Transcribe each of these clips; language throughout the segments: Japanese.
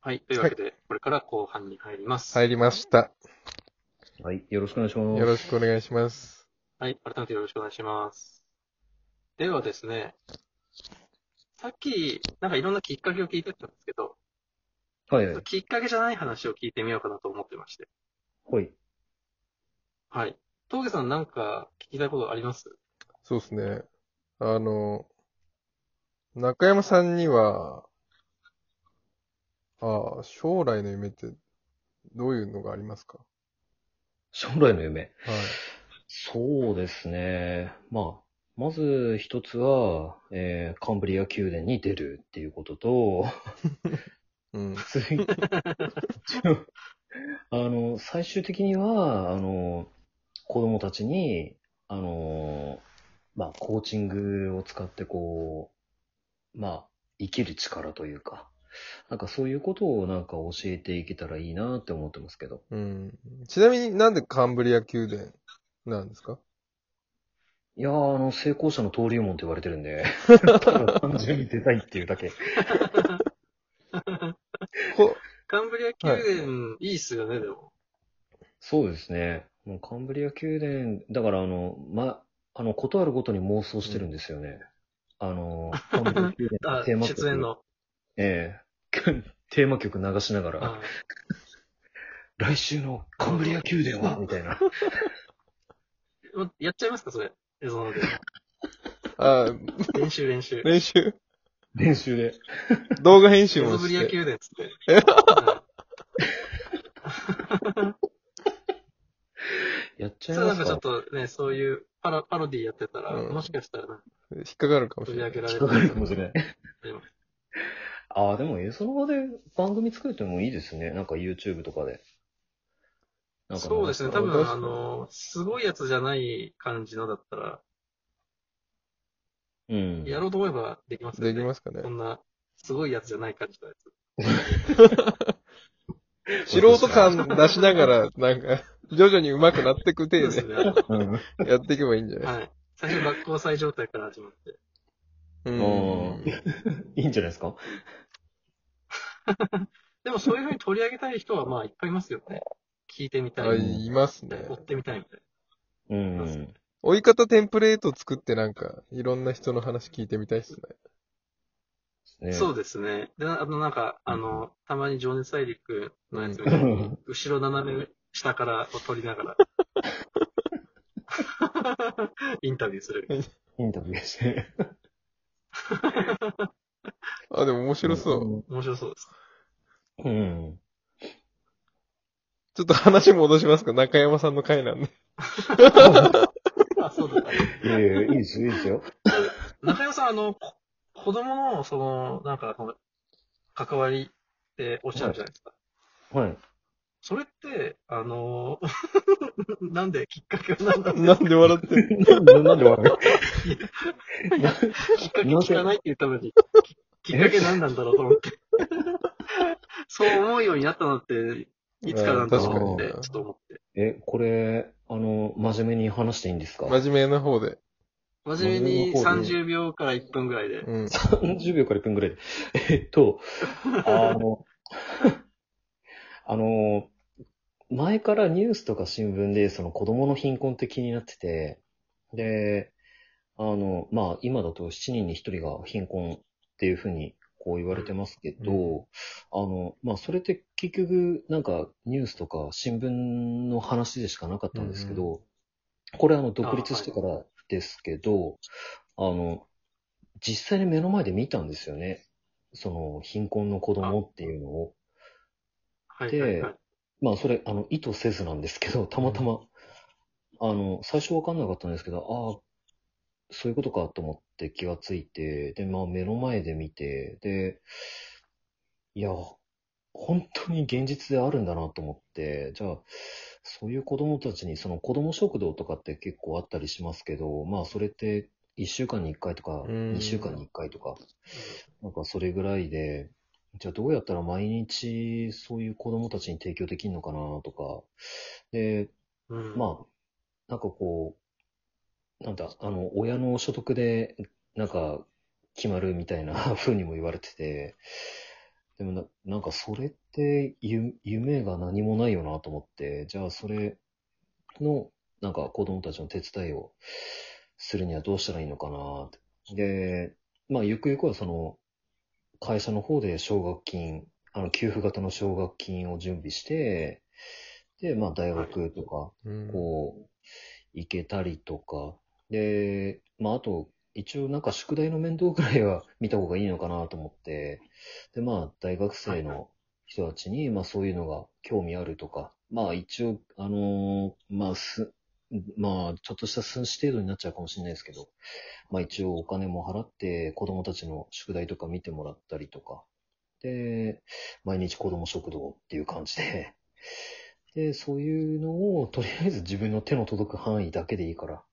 はい。というわけで、これから後半に入ります。入りました。はい。よろしくお願いしよます。ろしくお願いします。はい。改めてよろしくお願いします。ではですね、さっき、なんかいろんなきっかけを聞いてたんですけど、はいはい。きっかけじゃない話を聞いてみようかなと思ってまして。はい。はい。峠さんなんか聞きたいことありますそうですね。あの、中山さんには、ああ、将来の夢ってどういうのがありますか将来の夢。はい。そうですね。まあ、まず一つは、えー、カンブリア宮殿に出るっていうことと、 うん。ついあの、最終的には、あの、子供たちに、あの、まあ、コーチングを使ってこう、まあ、生きる力というか、なんかそういうことをなんか教えていけたらいいなって思ってますけど。うん。ちなみになんでカンブリア宮殿なんですかいやー、あの、成功者の登竜門って言われてるんで、ただ単純に出たいっていうだけ。こカンブリア宮殿、い、いっすよね、でも。そうですね。もうカンブリア宮殿、だからあの、ま、あの、ことあるごとに妄想してるんですよね。あの、カンブリア宮殿 あのテーマ曲。出演。の。ええ テーマ曲流しながら、あ来週のカンブリア宮殿は、みたいな。もうやっちゃいますか、それ。映像で。ああ、 練習練習。練習練習で。動画編集カもンブしリアて。宮殿っつって。やっちそゃれいなまんすかちょっかとね、そういうパラパロディやってたら、うんもしかしたらなんか引っかかるかもし取りれな上げ。いられ引っるかかるかもしれない。うんああ、でも、え、その場で番組作るってのもいいですね。なんか YouTube とかで。なんかそうですね、な多んか分、確かあにの、すごいやつじゃない感じのだったら、うん。やろうと思えばできますよね。できますかねそんな、すごいやつじゃない感じのやつ。素人感出しながら、なんか、徐々に上手くなってくそうで程す度ね。あのうん。やっていけばいいんじゃないはい。最初、学校祭状態から始まって。うん。いいんじゃないですかでも、そういうふうに取り上げたい人は、まあ、いっぱいいますよね。聞いてみたい。あ、いますね。追ってみたいみたいうん。追い方テンプレート作ってなんか、いろんな人の話聞いてみたいっすね。ねな。そうですね。で、あの、なんか、あの、たまに情熱大陸のやつみたいに、ん後ろ斜め下からを撮りながら、インタビューする。インタビューして。あ、でも面白そう。面白そうです。う。うん。ちょっと話戻しますか中山さんの回なん で。あ、そうだった。いやいや、いいですよ、いいですよ。中山さん、あの、こ子供の、その、なんか、この関わりっておっしゃるじゃないですか。はい。それって、あの、 なんできっかけはなんだろうなんで笑ってるなんで笑 きっかけなぜ聞かないって言ったの に、ききっかけ何なんだろうと思って。そう思うようになったのって、いつからなんだろうって、うん確ちかょっとに思って。うえ、これ、あの、真面目に話していいんで すか真面目な方で。真面目になるほど30秒から1分ぐらいで。 うん。 ?30 秒から1分ぐらいで。えっと、あの、 あの、前からニュースとか新聞で、その子供の貧困って気になってて、で、あの、まあ、今だと7人に1人が貧困っていうふうに、こう言われてますけど、うんあの、まあ、それって結局、なんか、ニュースとか新聞の話でしかなかったんですけど、これ、あの、独立してからですけど、あの、実際に目の前で見たんですよね。その、貧困の子供っていうのを。はいはいはい。まあ、それ、あの、意図せずなんですけど、たまたま、あの、最初わかんなかったんですけど、ああ、そういうことかと思って気がついて、で、まあ、目の前で見て、で、いや、本当に現実であるんだなと思って、じゃあ、そういう子供たちに、その子供食堂とかって結構あったりしますけど、まあ、それって、1週間に1回とか、うん2週間に1回とか、なんかそれぐらいで、じゃあどうやったら毎日そういう子供たちに提供できるのかなとか、で、うんまあ、なんかこう、なんだ、あの、親の所 得で、なんか、決まるみたいな風にも言われてて、でもな、なんかそれってゆ夢が何もないよなと思って、じゃあそれの、なんか子供たちの手伝いをするにはどうしたらいいのかなって。で、まあゆくゆくはその、会社の方で奨学金、あの、給付型の奨学金を準備して、で、まあ大学とか、うん。こう、行けたりとか、で、まあ、あと、一応なんか宿題の面倒ぐらいは見た方がいいのかなと思って、で、まあ、大学生の人たちに、まあ、そういうのが興味あるとか、まあ、一応、あのーまあ、す、まあ、ちょっとした数値程度になっちゃうかもしれないですけど、まあ、一応お金も払って、子供たちの宿題とか見てもらったりとか、で、毎日子供食堂っていう感じで、で、そういうのを、とりあえず自分の手の届く範囲だけでいいから、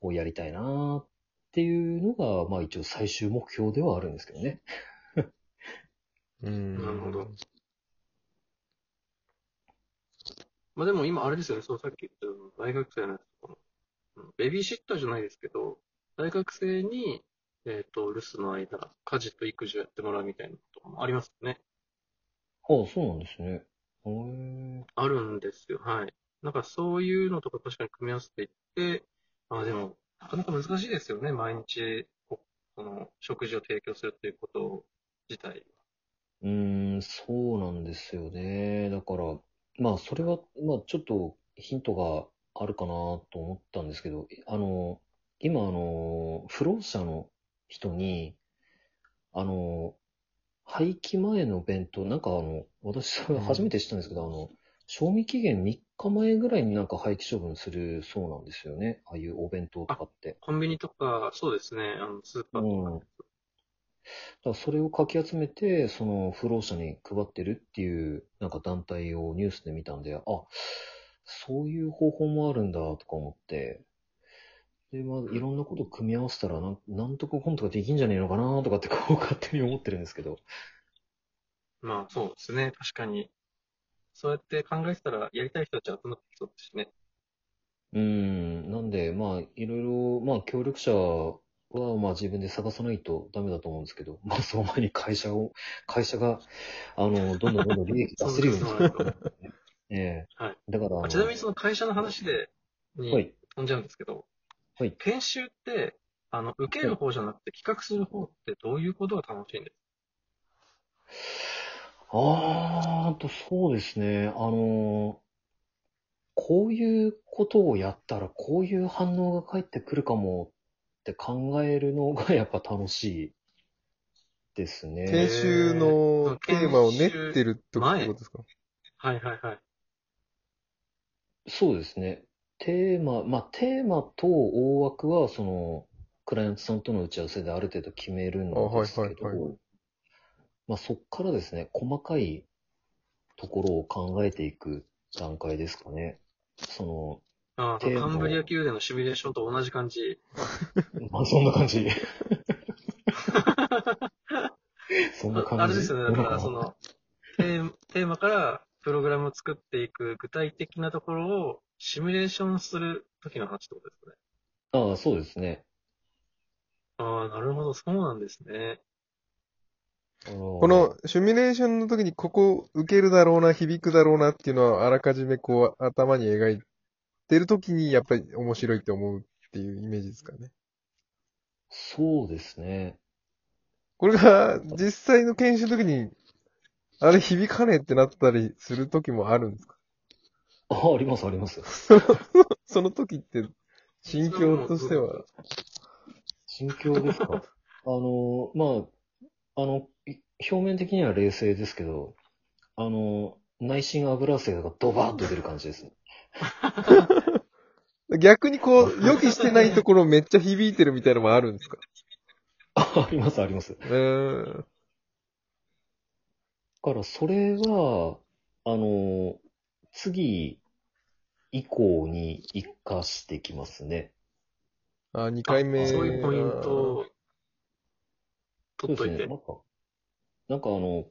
をやりたいなーっていうのが、まあ一応最終目標ではあるんですけどね。うんなるほど。まあでも今、あれですよね、そう、さっき言ったような大学生のやつとかも、うんベビーシッターじゃないですけど、大学生に、えっ、と、留守の間、家事と育児をやってもらうみたいなこともありますよね。ああ、そうなんですね。へーあるんですよ、はい。なんかそういうのとか確かに組み合わせていって、あでも、なかなか難しいですよね、毎日、こその、食事を提供するということ自体。うーん、そうなんですよね。だから、まあそれは、まあちょっとヒントがあるかなと思ったんですけど、あの、今あの、不老者の人に、あの、廃棄前の弁当、なんかあの、私それ初めて知ったんですけど、あの、賞味期限3日前ぐらいになんか廃棄処分するそうなんですよね。ああいうお弁当とかって。コンビニとか、そうですね、あの、スーパーとか、うん。だからそれをかき集めて、その不老者に配ってるっていう、なんか団体をニュースで見たんで、あ、そういう方法もあるんだとか思って、で、まあ、いろんなことを組み合わせたらなん、なんとかコントができんじゃねえのかなとかってこう勝手に思ってるんですけど。まあそうですね、確かに。そうやって考えてたら、やりたい人たちは集まってきそうですしね。うん、なんで、まあ、いろいろ、まあ、協力者は、まあ、自分で探さないとダメだと思うんですけど、ま あ、その前に会社を、会社が、あの、どんどんどんどん利益出せるようにそうですね ええはいだから、あのあちなみにその会社の話で、はにい。飛んじゃうんですけど、はい研修って、あの、受ける方じゃなくて企画する方ってどういうことが楽しいんですあーあと、そうですね。あの、こういうことをやったら、こういう反応が返ってくるかもって考えるのがやっぱ楽しいですね。研修のテーマを練ってるとかってことですかかはいはいはい。そうですね。テーマ、まあ、テーマと大枠は、その、クライアントさんとの打ち合わせである程度決めるんですけあはいはいど、まあ、そっからですね、細かいところを考えていく段階ですかね。そああ、テーマカンブリア宮殿のシミュレーションと同じ感じ。の、 まあ、そんな感 じ。そんなあ感じ。あれですよね、だからそのの、テーマテーマからプログラムを作っていく具体的なところをシミュレーションする時の話ってことですね。ああ、そうですね。ああ、なるほど、そうなんですね。ここの、シミュレーションの時にここ受けるだろうな、響くだろうなっていうのはあらかじめこう頭に描いてる時にやっぱり面白いって思うっていうイメージですかね。そうですね。これが実際の研修の時にあれ響かねえってなったりする時もあるんですかああ、あります、あります。 その時って心境としては。心境ですか あの、まあ、あの、い表面的には冷静ですけど、あの、内心油汗がドバーッと出る感じですね。 逆にこう予期してないところめっちゃ響いてるみたいなのもあるんですか ああります、あります。だうーん。から、それは、あの、次以降に活かしてきますね。あ、2回目。そういうポイントを取っといて。なんか、なんかあの、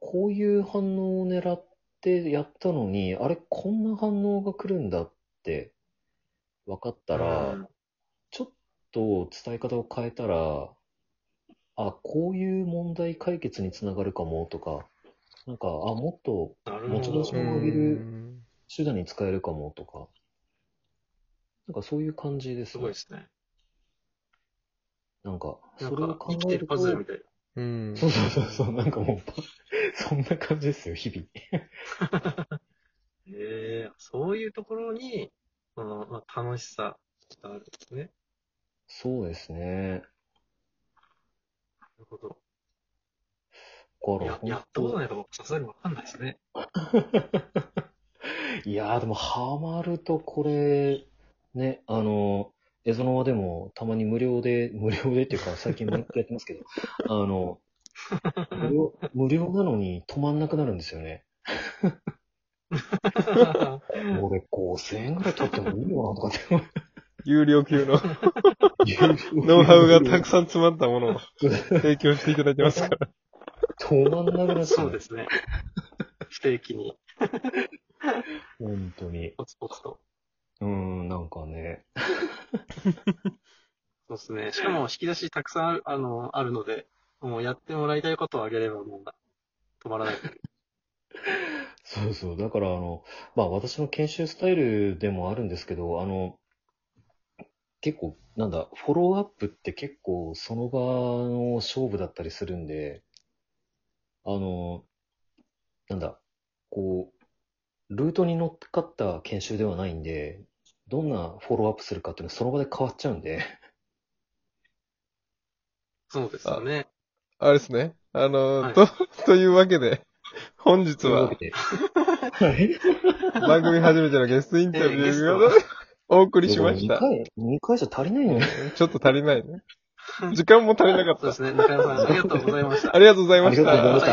こういう反応を狙ってやったのに、あれ、こんな反応が来るんだって分かったら、うんちょっと伝え方を変えたら、あ、こういう問題解決につながるかもとか、なんか、あ、もっとなるモチベーほシうョど。ンを上げーるん。手段に使えるかもとか、なんかそういう感じですすごいねで。すね。なんか、なそんれをか、考生きてえるるパと、ズそルうみたいうん。そうそうそう、なんかもう、そんな感じですよ、日々。な。ええそういうところに、その、まあ、楽しさがあるんですね。そうですね。なるほど。だかいらや、やったことないと僕、さすがにわかんないです ね。いやー、でも、ハマると、これ、ね、あの、エゾノワでも、たまに無料で、 無料でっていうか、最近毎回やってますけど、 あの、無料、無料なのに止まんなくなるんですよね。俺、5000円ぐらい取ってもいいよな、とかって思う。有料級の ノノウハウがたくささん詰まったものを 提供していただいてますから。 ん。止まんなくなっちゃそううで。すね。不定期に、本当に。ポツポツと。うーん、なんかね。そうですね。しかも、引き出したくさんある、あの、あるので、もうやってもらいたいことをあげれば、もう、止まらない。そうそう。だから、あの、まあ、私の研修スタイルでもあるんですけど、あの、結構、なんだ、フォローアップって結構その場の勝負だったりするんで、あの、なんだ、こう、ルートに乗っかった研修ではないんで、どんなフォローアップするかっていうのはその場で変わっちゃうんで、そうですよね。あれですね。あの、はいと、というわけで、本日はというわけではい。番組初めてのゲストインタビューをお送りしまし2た。回、2回じゃ足りないのよ。ちょっと足りないね。時間も足りなかそうでっすね。中山さん、ありがとうございましたた。あ。りがとうございまありがとうございました